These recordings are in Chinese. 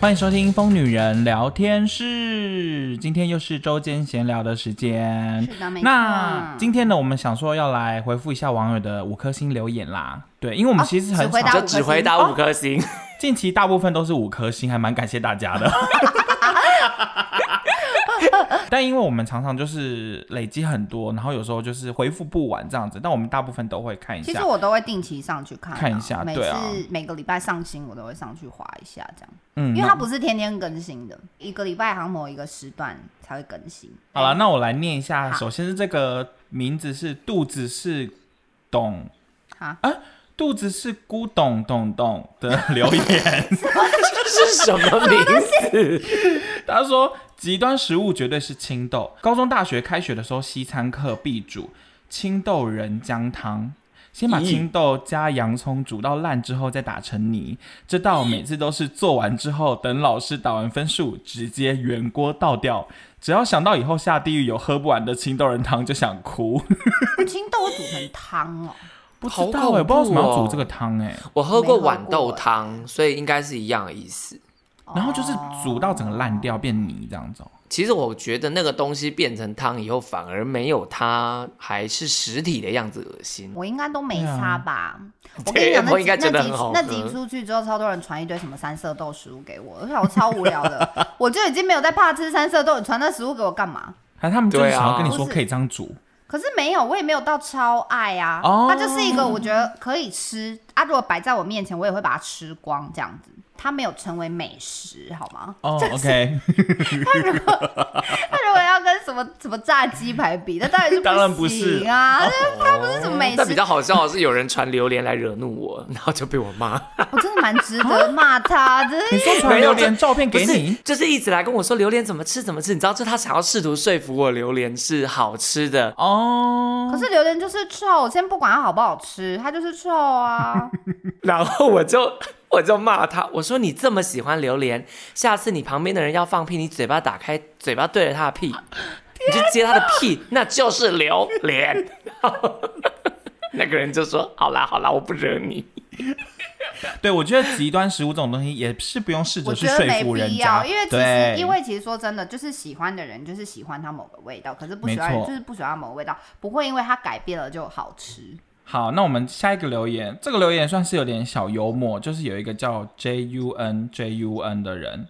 欢迎收听《疯女人聊天室》，今天又是周间闲聊的时间。是的，没错。那今天呢，我们想说要来回复一下网友的五颗星留言啦。对，因为我们哦其实只很回答少，五颗就只回答五颗星，近期大部分都是五颗星，还蛮感谢大家 的。但因为我们常常就是累积很多，然后有时候就是回复不完这样子，但我们大部分都会看一其下实。我都会定期上去看啊、看一下每对啊次每个礼拜上新我都会上去划一下，这样，嗯因为那它不是天天更新的，一个礼拜好像某一个时段才会更新。好了，那我来念一下。好首先是这个名字是肚子是懂哈，肚子是咕咚咚咚的留 言， 是什么名字？他说极端食物绝对是青豆。高中大学开学的时候，西餐课必煮青豆仁姜汤。先把咦青豆加洋葱煮到烂之后，再打成泥。这道每次都是做完之后，等老师打完分数，直接原锅倒掉。只要想到以后下地狱有喝不完的青豆仁汤，就想哭。青豆煮成汤哦，不知好道我也恐不知道为什么要怖哦煮这个汤哎、我喝没喝过过豌豆汤，所以应该是一样的意思。然后就是煮到整个烂哦。掉变泥这样子哦、其实我觉得那个东西变成汤以后，反而没有它还是实体的样子恶心。我应该都没差吧？嗯我跟对你讲，我应该那集觉得那集很好那喝集出去之后，超多人传一堆什么三色豆食物给我，我想我超无聊的， 我就已经没有在怕吃三色豆，你传那食物给我干嘛？还是他们就是对啊想要跟你说不是可以这样煮，可是没有，我也没有到超爱啊。哦它就是一个我觉得可以吃啊，如果摆在我面前，我也会把它吃光这样子。它没有成为美食，好吗？哦，OK， 它如果要跟什么什么炸鸡排比，那当然 是当然不是行啊。它不是什么美但 比食，较好笑哎的是，有人传榴莲来惹怒我，然后就被我 骂。我真的蛮值得骂它的。你说传没榴有莲照片不给是你，，就是一直来跟我说榴莲怎么吃怎么吃，你知道，就他想要试图说服我榴莲是好吃的。哦，可是榴莲就是臭，先不管它好不好吃，它就是臭啊。然后我就我就骂他，我说你这么喜欢榴莲，下次你旁边的人要放屁，你嘴巴打开，嘴巴对着他的屁，你就接他的屁，那就是榴莲。 然后那个人就说：“好啦好啦，我不惹 你。对我觉得极端食物这种东西也是不用试着我去觉得说没服人必要，家，因为其实对，因为其实说真的，就是喜欢的人就是喜欢它某个味道，可是不喜欢没人错就是不喜欢某个味道，不会因为它改变了就好吃。好，那我们下一个留言，这个留言算是有点小幽默，就是有一个叫 J U N J U N 的人，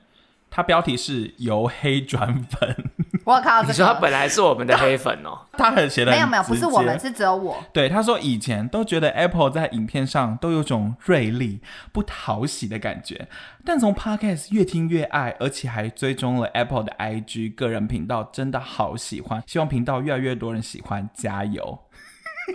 他标题是由黑转粉， 我有看到”这你说他个，本来是我们的黑粉哦，他很写的没有没有，不是我们，是只有我。对，他说以前都觉得 Apple 在影片上都有种锐利、不讨喜的感觉，但从 Podcast 越听越爱，而且还追踪了 Apple 的 IG 个人频道，真的好喜欢。希望频道越来越多人喜欢，加油！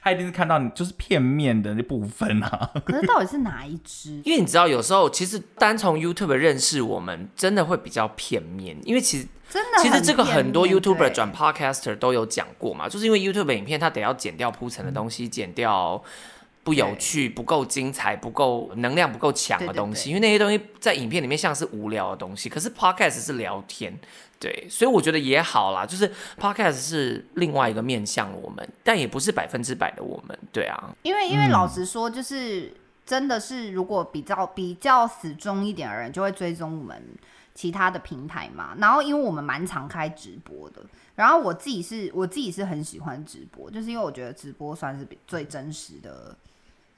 他一定是看到你就是片面的那部分啊，可是到底是哪一只？ 因为你知道，有时候其实单从 YouTube 认识我们，真的会比较片面，因为其实真的很其实这个片面很多 YouTuber 对转 Podcaster 都有讲过嘛，就是因为 YouTube 影片它得要剪掉铺陈的东西，剪掉不有趣、不够精彩、不够能量不够强的东西，对对对因为那些东西在影片里面像是无聊的东西，可是 Podcast 是聊天。对，所以我觉得也好啦，就是 podcast 是另外一个面向我们，但也不是百分之百的我们，对啊，因为因嗯为老实说，就是真的是如果比较比较死忠一点的人，就会追踪我们其他的平台嘛。然后因为我们蛮常开直播的，然后我自己是我自己是很喜欢直播，就是因为我觉得直播算是比最真实的。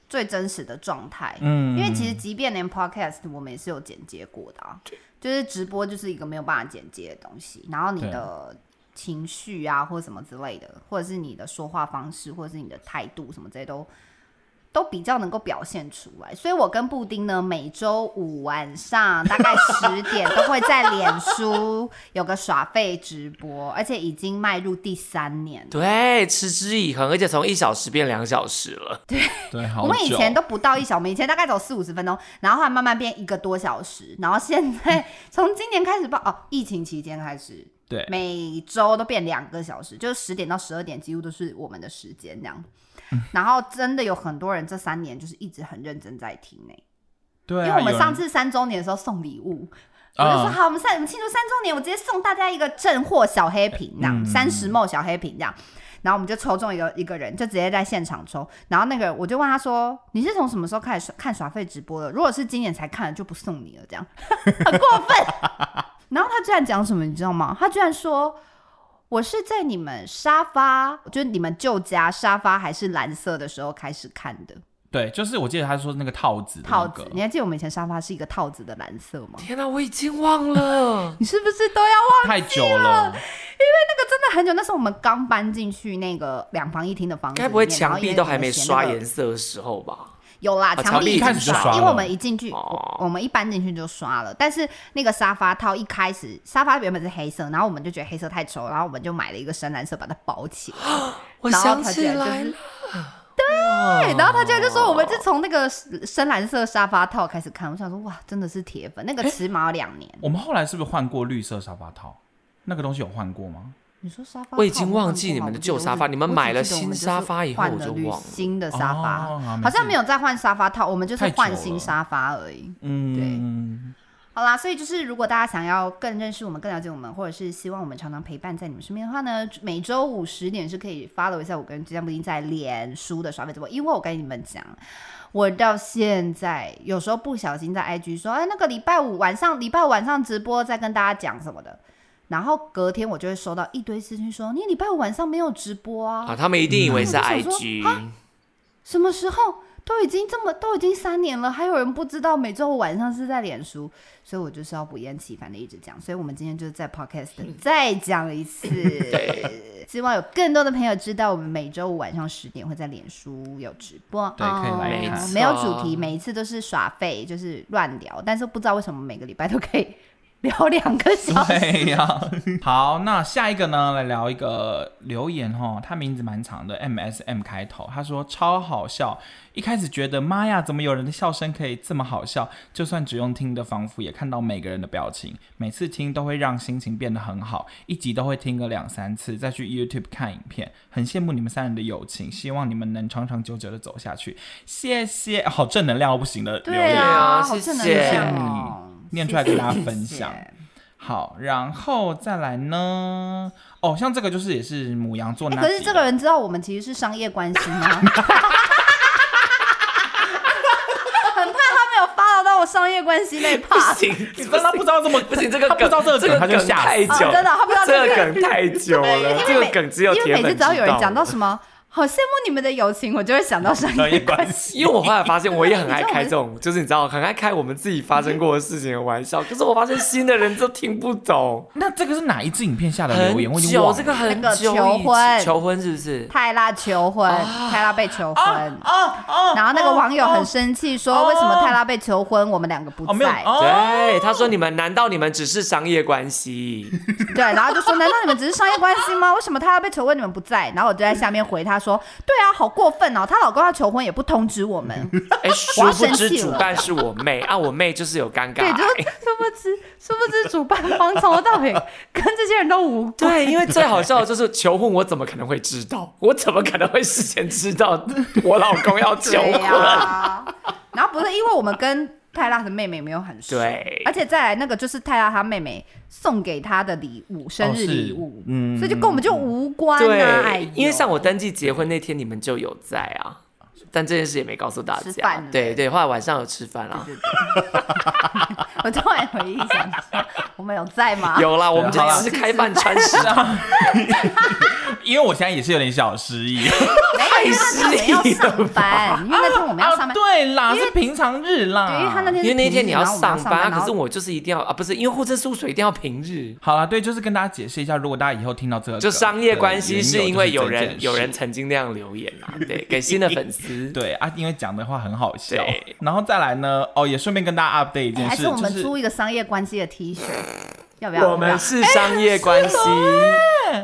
最真实的状态，嗯因为其实即便连 podcast 我们也是有剪接过的啊，就是直播就是一个没有办法剪接的东西，然后你对的情绪啊，或者什么之类的，或者是你的说话方式，或者是你的态度什么这些都都比较能够表现出来。所以我跟布丁呢，每周五晚上大概十点都会在脸书有个耍废直播，而且已经迈入第三年。对，持之以恒，而且从一小时变两小时了， 对，好我们以前都都不到一小时，我们以前大概走四五十分钟，然后后来慢慢变一个多小时，然后现在从今年开始吧，哦，疫情期间开始，对，每周都变两个小时，就是十点到十二点，几乎都是我们的时间这样。然后真的有很多人这三年就是一直很认真在听呢、欸对啊、因为我们有人上次三周年的时候送礼物，我就说嗯好，我们三我们庆祝三周年，我直接送大家一个正货小黑瓶，这样嗯三十梦小黑瓶这样。然后我们就抽中一个一个人，就直接在现场抽。然后那个人我就问他说：“你是从什么时候开始看耍废直播的？如果是今年才看的，就不送你了。”这样 很过分。然后他居然讲什么，你知道吗？他居然说：“我是在你们沙发，就是你们旧家沙发还是蓝色的时候开始看的对，就是我记得他说那个套子、那套个子。你还记得我们以前沙发是一个套子的蓝色吗？。天哪，我已经忘了 你是不是都要忘？”太久了，那真的很久，那时候我们刚搬进去那个两房一厅的房子里面，该不会墙壁都还没刷然后因为我们嫌那颜个？色的时候吧？有啦，哦墙墙壁壁一开已经始就刷因为了我们一进去，哦我我们一搬进去就刷了。但是那个沙发套一开始，沙发原本是黑色，然后我们就觉得黑色太丑，然后我们就买了一个深蓝色把它包起来。我然后想他起居然就来是了，对，然后他居然就说我们哦是从那个深蓝色沙发套开始看，我想说哇，真的是铁粉，那个尺码有两年。我们后来是不是换过绿色沙发套？那个东西有换过吗？你说沙发，我已经忘记你们的旧沙发你们买了新沙发以后我我只就记得我们就是换忘绿了新的沙发，哦好没好像事没有再换沙发套，我们就是太久换了新沙发而已。嗯，好啦，所以就是如果大家想要更认识我们、更了解我们，或者是希望我们常常陪伴在你们身边的话呢，每周五十点是可以 follow 一下我跟吉江布丁在脸书的刷费直播，因为我跟你们讲。我到现在有时候不小心在 IG 说，哎，那个礼拜五晚上，礼拜五晚上直播再跟大家讲什么的，然后隔天我就会收到一堆私信说，你礼拜五晚上没有直播啊，啊，他们一定以为是嗯我就想说 IG， 什么时候都已经这么都已经三年了，还有人不知道每周五晚上是在脸书，所以我就是要不厌其烦的一直讲。所以我们今天就是在 podcast 嗯再讲一次，希望有更多的朋友知道，我们每周五晚上十点会在脸书有直播，对可以来哦看没有主题，每一次都是耍废，就是乱聊，但是不知道为什么每个礼拜都可以聊两个小 时。对呀、好，那下一个呢，来聊一个留言哈，他名字蛮长的，M S M 开头，他说超好笑，一开始觉得妈呀，怎么有人的笑声可以这么好笑？就算只用听的，仿佛也看到每个人的表情，每次听都会让心情变得很好，一集都会听个两三次，再去 YouTube 看影片，很羡慕你们三人的友情，希望你们能长长久久的走下去，谢谢，好正能量哦不行的留言，哦对啊好谢正能谢量哦！念出来跟大家分谢谢享。好，然后再来呢？哦，像这个就是也是母羊座 哎、那、可是这个，人知道我们其实是商业关系吗？很怕他没有发到我商业关系那一不 part。行，但他不知道这么不行，这个他不知道这个这梗，他就梗吓太死。久啊，真的他不知道这个这个梗梗太久了，这因为个每梗只有因为铁每粉次只要有人知道讲到什么“好羡慕你们的友情”，我就会想到商商业 业关关系。系，因为我后来发现，我也 很你知爱道我开们这种，就是你知道，很爱开我们自己发生过的事情的玩笑。可是我发现新的人都听不懂，那这个是哪一支影片下的留言？我很已经忘久，了。这个很那个久以求婚求婚是不是？泰拉求婚，泰拉被求婚，啊然后那个网友很生气，说哦为什么泰拉被求婚，我们两个不哦，没有在？哦，啊对，他说你们难道你们只是商业关 系？对，然后就说：“难道你们只是商业关系吗？为什么她要被求婚，你们不在？”然后我就在下面回她说：“对啊，好过分哦！她老公要求婚也不通知我们，哎，殊要不生知气主了办是我妹啊，我妹就是有尴尬哎对，就癌。殊不知 殊不知主办方从头到尾跟这些人都无关。 对，啊因为最好笑的就是求婚，我怎么可能会知道？我怎么可能会事先知道我老公要求对婚？呀、啊 然后不是因为我们跟泰拉的妹妹没有很熟，对而且再来那个就是泰拉她妹妹送给她的礼物，生日是礼物，嗯所以就跟我们就无关哦对啊。哎呦，因为像我登记结婚那天，你们就有在啊，但这件事也没告诉大吃家饭。对对，后来晚上有吃饭啊， 我突然回忆想说，我们有在吗？ 有啦，我们就好啦只是开饭穿食堂，因为我现在也是有点小失 忆。没有，因为他那天我们要上班，因为那天我们要上啊，班，对啦，因为是平常日啦。对，因为他那天哦因是为那平天日你要然后我们上上班，啊然可是后我就是一定要啊，不是因为户政事务所一定要平日。好啦，对，就是跟大家解释一下，如果大家以后听到这个，就商业关系是，是因为有人有人曾经那样留言啊，对，给新的粉丝对啊，因为讲的话很好笑对，然后再来呢，哦，也顺便跟大家 update 一哎件还事，是我就们是出一个商业关系的 T 恤，要不要？我要们不要是商业关系，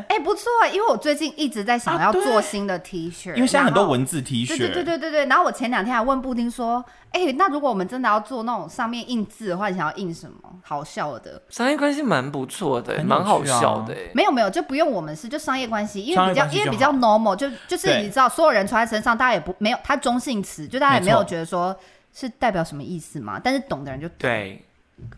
哎不错啊，因为我最近一直在想啊要对做新的 T 恤，因为现在很多然后文字 T 恤，对对对对对对，然后我前两天还问布丁说：“哎、那如果我们真的要做那种上面印字的话，你想要印什么好笑的？商业关系蛮不错的，很有蛮好趣啊笑的。没有没有，就不用我们是就商业关系，因为商比业较关系因为就比较 normal，就就是对你知道所有人穿在身上，大家也不没有它中性词，就大家也没没有错觉得说是代表什么意思嘛。但是懂的人就懂对，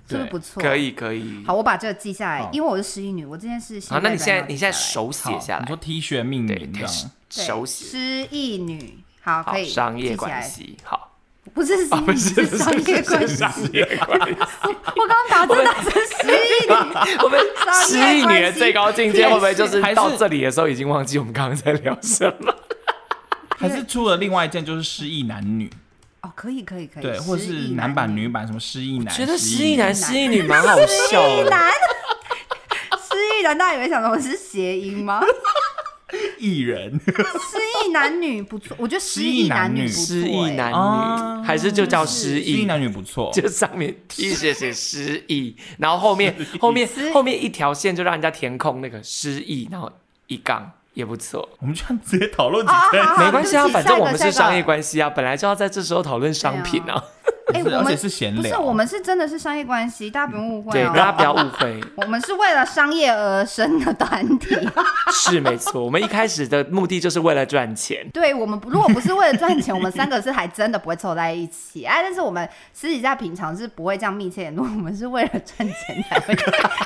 这个对不错，可。以可以。好，我把这个记下来好，因为我是失忆女，我这件事情。好，那你现在你现在手好写下你来说，T 恤命对名这对样，手写，失忆女，好，好可以商记起业来关，系，好。不是失忆啊，不女，是是商业关系。 商业关系，我刚刚打字打成失忆女，我们失商业忆关女的系最高境界会不会就是还是到这里的时候已经忘记我们刚刚在聊什么？还是出了另外一件就是失忆男女，哦，可以可以可以，对，或者失是忆男版女女版什么失忆男，觉得失忆忆男、女失忆女蛮好笑失忆的。男，欸失忆男，大家以为想说我是谐音吗？艺人，失忆男女不错，我觉得失忆女不错、失忆男欸啊女还是就叫失 失忆忆？男女不错， 就上面 T 恤写失忆，然后后面后面失忆后面一条线就让人家填空那个失忆，然后一杠也不错。我们就这样直接讨论几啊件，好好没关系啊，对不起反正我们下一是个商业关系啊，本来就要在这时候讨论商品对啊。哎、不是我而且们是闲不是聊我们是真的是商业关系，大家不用误会对，啊哦。大家不要误会，我们是为了商业而生的团体，是没错。我们一开始的目的就是为了赚钱。对我们不如果不是为了赚钱，我们三个是还真的不会凑在一起。哎、但是我们私底下平常是不会这样密切联络，我们是为了赚钱才会。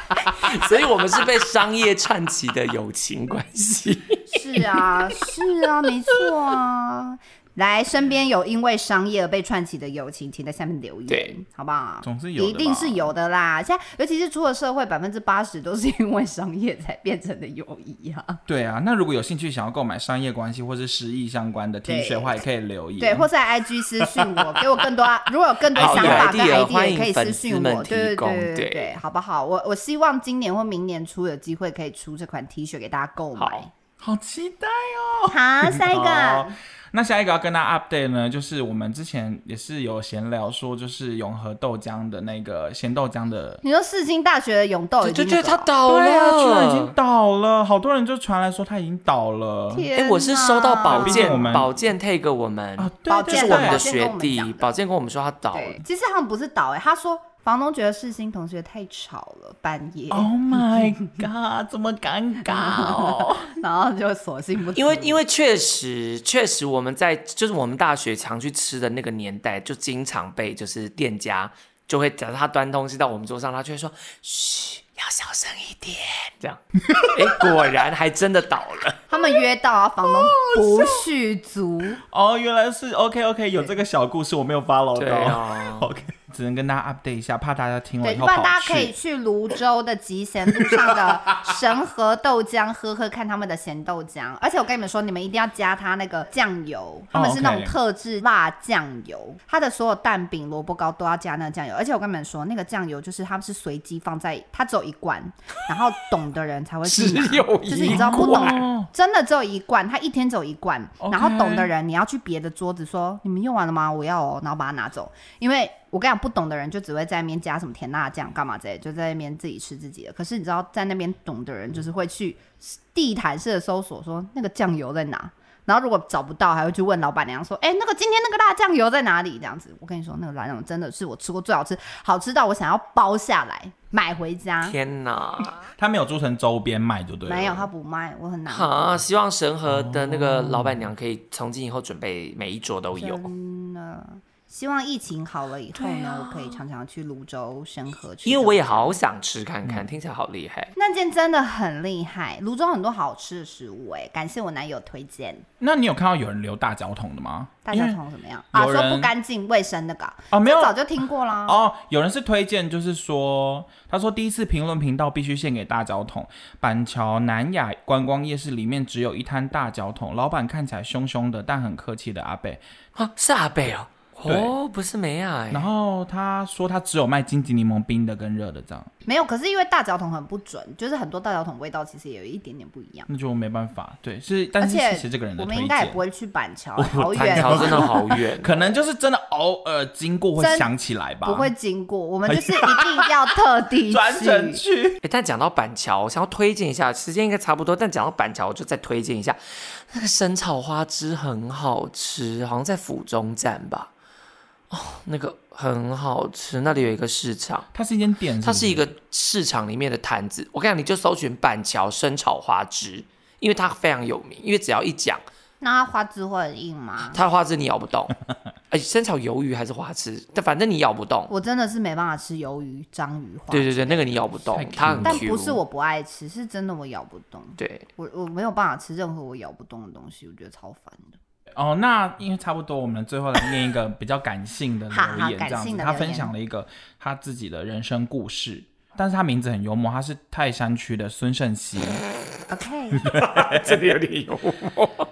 所以我们是被商业串起的友情关系。 是啊，是啊，没错啊。来，身边有因为商业而被串起的友情，请在下面留对言，好不好？总是有的一定吧是有的啦。现在，尤其是出了社会，百分之八十都是因为商业才变成的友谊啊。对啊，那如果有兴趣想要购买商业关系或是失忆相关的 T 恤的话，也可以留言。对，或是来 IG 私讯 我，给我更多啊。如果有更多好想有法跟 idea，欢 idea，迎可以粉私丝讯们我。对对提供对对对对，好不好？我我希望今年或明年初有机会可以出这款 T 恤给大家购买。好好期待哦！好，下一好个，那下一个要跟大家 update 呢，就是我们之前也是有闲聊说，就是永和豆浆的那个咸豆浆的，你说世新大学的永豆哦已就经觉得那个他了倒了，对啊，居然已经倒了，好多人就传来说他已经倒了天哦哎、我是收到保毕竟健我，们保健 take 我们，啊！对保对这是健对我保们的健学啊跟我们讲弟，的保健跟我们说他倒了对，，其实他们不是倒哎、他说房东觉得世新同学太吵了，半夜，哦 Oh my god！这么尴尬哦， 然后就索性不吃，因为因为确实确实我们在就是我们大学常去吃的那个年代，就经常被就是店家就会，假如他端东西到我们桌上，他就会说嘘，要小声一点，这样，哎、果然还真的倒了。他们约到啊，房东不续租，哦，原来是 OK OK，有这个小故事我没有 follow 对到。啊 OK，只能跟大家 update 一下，怕大家听了对，以不后然跑大家去可以去泸州的集贤路上的神和豆浆喝喝看他们的咸豆浆，而且我跟你们说，你们一定要加它那个酱油，他们是那种哦 OK 特制辣酱油，它的所有蛋饼、萝卜糕都要加那个酱油，而且我跟你们说，那个酱油就是他们是随机放在，它只有一罐，然后懂的人才会 去只拿。有 就是你一知道不罐懂，真的只有一罐，他一天只有一罐。 OK 然后懂的人，你要去别的桌子说你们用完了吗？我要哦，然后把它拿走。因为我跟你讲，不懂的人就只会在那边加什么甜辣酱干嘛之类，就在那边自己吃自己的。可是你知道，在那边懂的人就是会去地毯式的搜索，说那个酱油在哪。然后如果找不到，还会去问老板娘说：“哎、那个今天那个辣酱油在哪里？”这样子，我跟你说，那个辣酱油真的是我吃过最好吃，好吃到我想要包下来买回家。天哪！他没有做成周边卖，就对了。没有，他不卖，我很难过。好，希望神和的那个老板娘可以从今以后准备每一桌都有，真的，希望疫情好了以后对呢，啊我可以常常去泸州深河吃。因为我也好想吃看嗯看，听起来好厉害。那间真的很厉害，泸州很多好吃的食物哎、感谢我男友推荐。那你有看到有人留大脚桶的吗？大家因为同怎么样啊？有说不人干净卫生那个哦没有这早就听过啦。哦，有人是推荐，就是说，他说第一次评论频道必须献给大脚桶。板桥南雅观光夜市里面只有一摊大脚桶，老板看起来凶凶的，但很客气的阿贝。啊，是阿贝哦，对哦，不是梅亚哎然，后他说他只有卖金桔柠檬冰的跟热的这样，没有，可是因为大脚桶很不准，就是很多大脚桶味道其实也有一点点不一样。那就没办法。对，是，而但是且谢谢这个人的我推们荐。应该也不会去板桥，我，好板远桥真哦，的好远可能就是真的偶尔经过会真想起来吧，不会经过。我们就是一定要特地 专程去。去。哎，但讲到板桥，我想要推荐一下，时间应该差不多。但讲到板桥，我就再推荐一下，那个生炒花枝很好吃，好像在府中站吧。哦，那个很好吃，那里有一个市场，它是一间店是不它是一个市场里面的摊子。我跟你讲，你就搜寻板桥生炒花枝，因为它非常有名，因为只要一讲那它花枝会很硬吗？它的花枝你咬不动，哎，生炒鱿鱼还是花枝，但反正你咬不动。我真的是没办法吃鱿鱼、章鱼花，对对对，那个你咬不太动， Q 它很但 Q。不是我不爱吃，是真的我咬不动，对，我我没有办法吃任何我咬不动的东西，我觉得超烦的。哦，那因为差不多，我们最后来念一个比较感性的好留好言，感这样性子。的他留分言享了一个他自己的人生故事，但是他名字很幽默，他是泰山区的孙胜熙， OK， 这里有点油。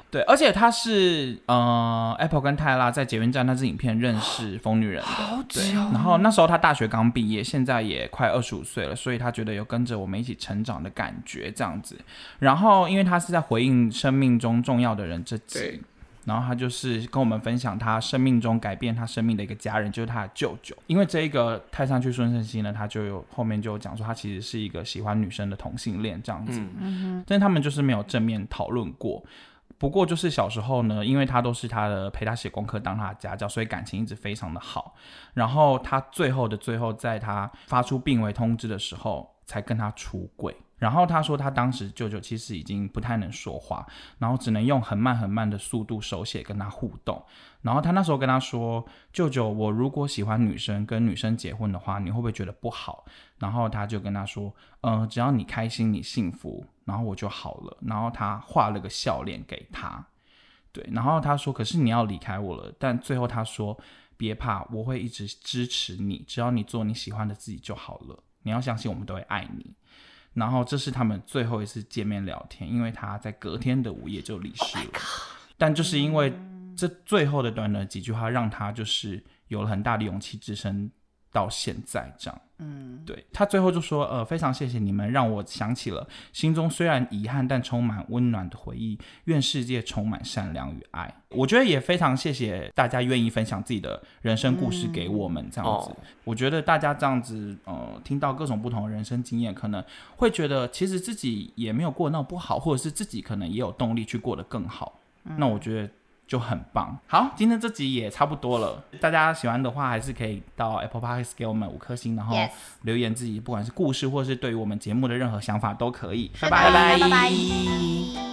对，而且他是呃，Apple 跟泰拉在捷运站那支影片认识疯女人的，哦好久哦对，然后那时候他大学刚毕业，现在也快二十五岁了，所以他觉得有跟着我们一起成长的感觉这样子。然后因为他是在回应生命中重要的人这集对，然后他就是跟我们分享他生命中改变他生命的一个家人，就是他的舅舅。因为这一个太上去孙胜熙呢，他就有后面就有讲说他其实是一个喜欢女生的同性恋这样子。嗯，但他们就是没有正面讨论过。不过就是小时候呢，因为他都是他的陪他写功课、当他的家教，所以感情一直非常的好。然后他最后的最后，在他发出病危通知的时候，才跟他出轨。然后他说，他当时舅舅其实已经不太能说话，然后只能用很慢很慢的速度手写跟他互动。然后他那时候跟他说：“舅舅，我如果喜欢女生，跟女生结婚的话，你会不会觉得不好？”然后他就跟他说：“呃，只要你开心，你幸福，然后我就好了。”然后他画了个笑脸给他，对，然后他说：“可是你要离开我了。”但最后他说：“别怕，我会一直支持你，只要你做你喜欢的自己就好了。你要相信，我们都会爱你。”然后这是他们最后一次见面聊天，因为他在隔天的午夜就离世了。但就是因为这最后的短短几句话，让他就是有了很大的勇气支撑到现在这样。嗯，对他最后就说，呃，非常谢谢你们，让我想起了心中虽然遗憾，但充满温暖的回忆。愿世界充满善良与爱。我觉得也非常谢谢大家愿意分享自己的人生故事给我们，这样子。哦我觉得大家这样子，呃，听到各种不同的人生经验，可能会觉得呃其实自己也没有过那么不好，或者是自己可能也有动力去过得更好。那我觉得。就很棒。好，今天这集也差不多了。大家喜欢的话，还是可以到 Apple Podcast 给我们五颗星，然后 Yes 留言自己，不管是故事或是对于我们节目的任何想法都可以。是的拜拜拜拜